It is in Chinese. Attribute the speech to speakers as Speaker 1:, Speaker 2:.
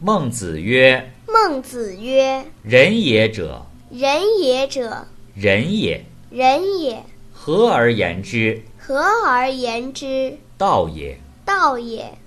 Speaker 1: 孟子曰
Speaker 2: 孟子曰：“
Speaker 1: 人也者，：“
Speaker 2: 人也者，
Speaker 1: 人也；
Speaker 2: 人也；
Speaker 1: 合而言之，
Speaker 2: 合而言之，
Speaker 1: 道也。
Speaker 2: 道也。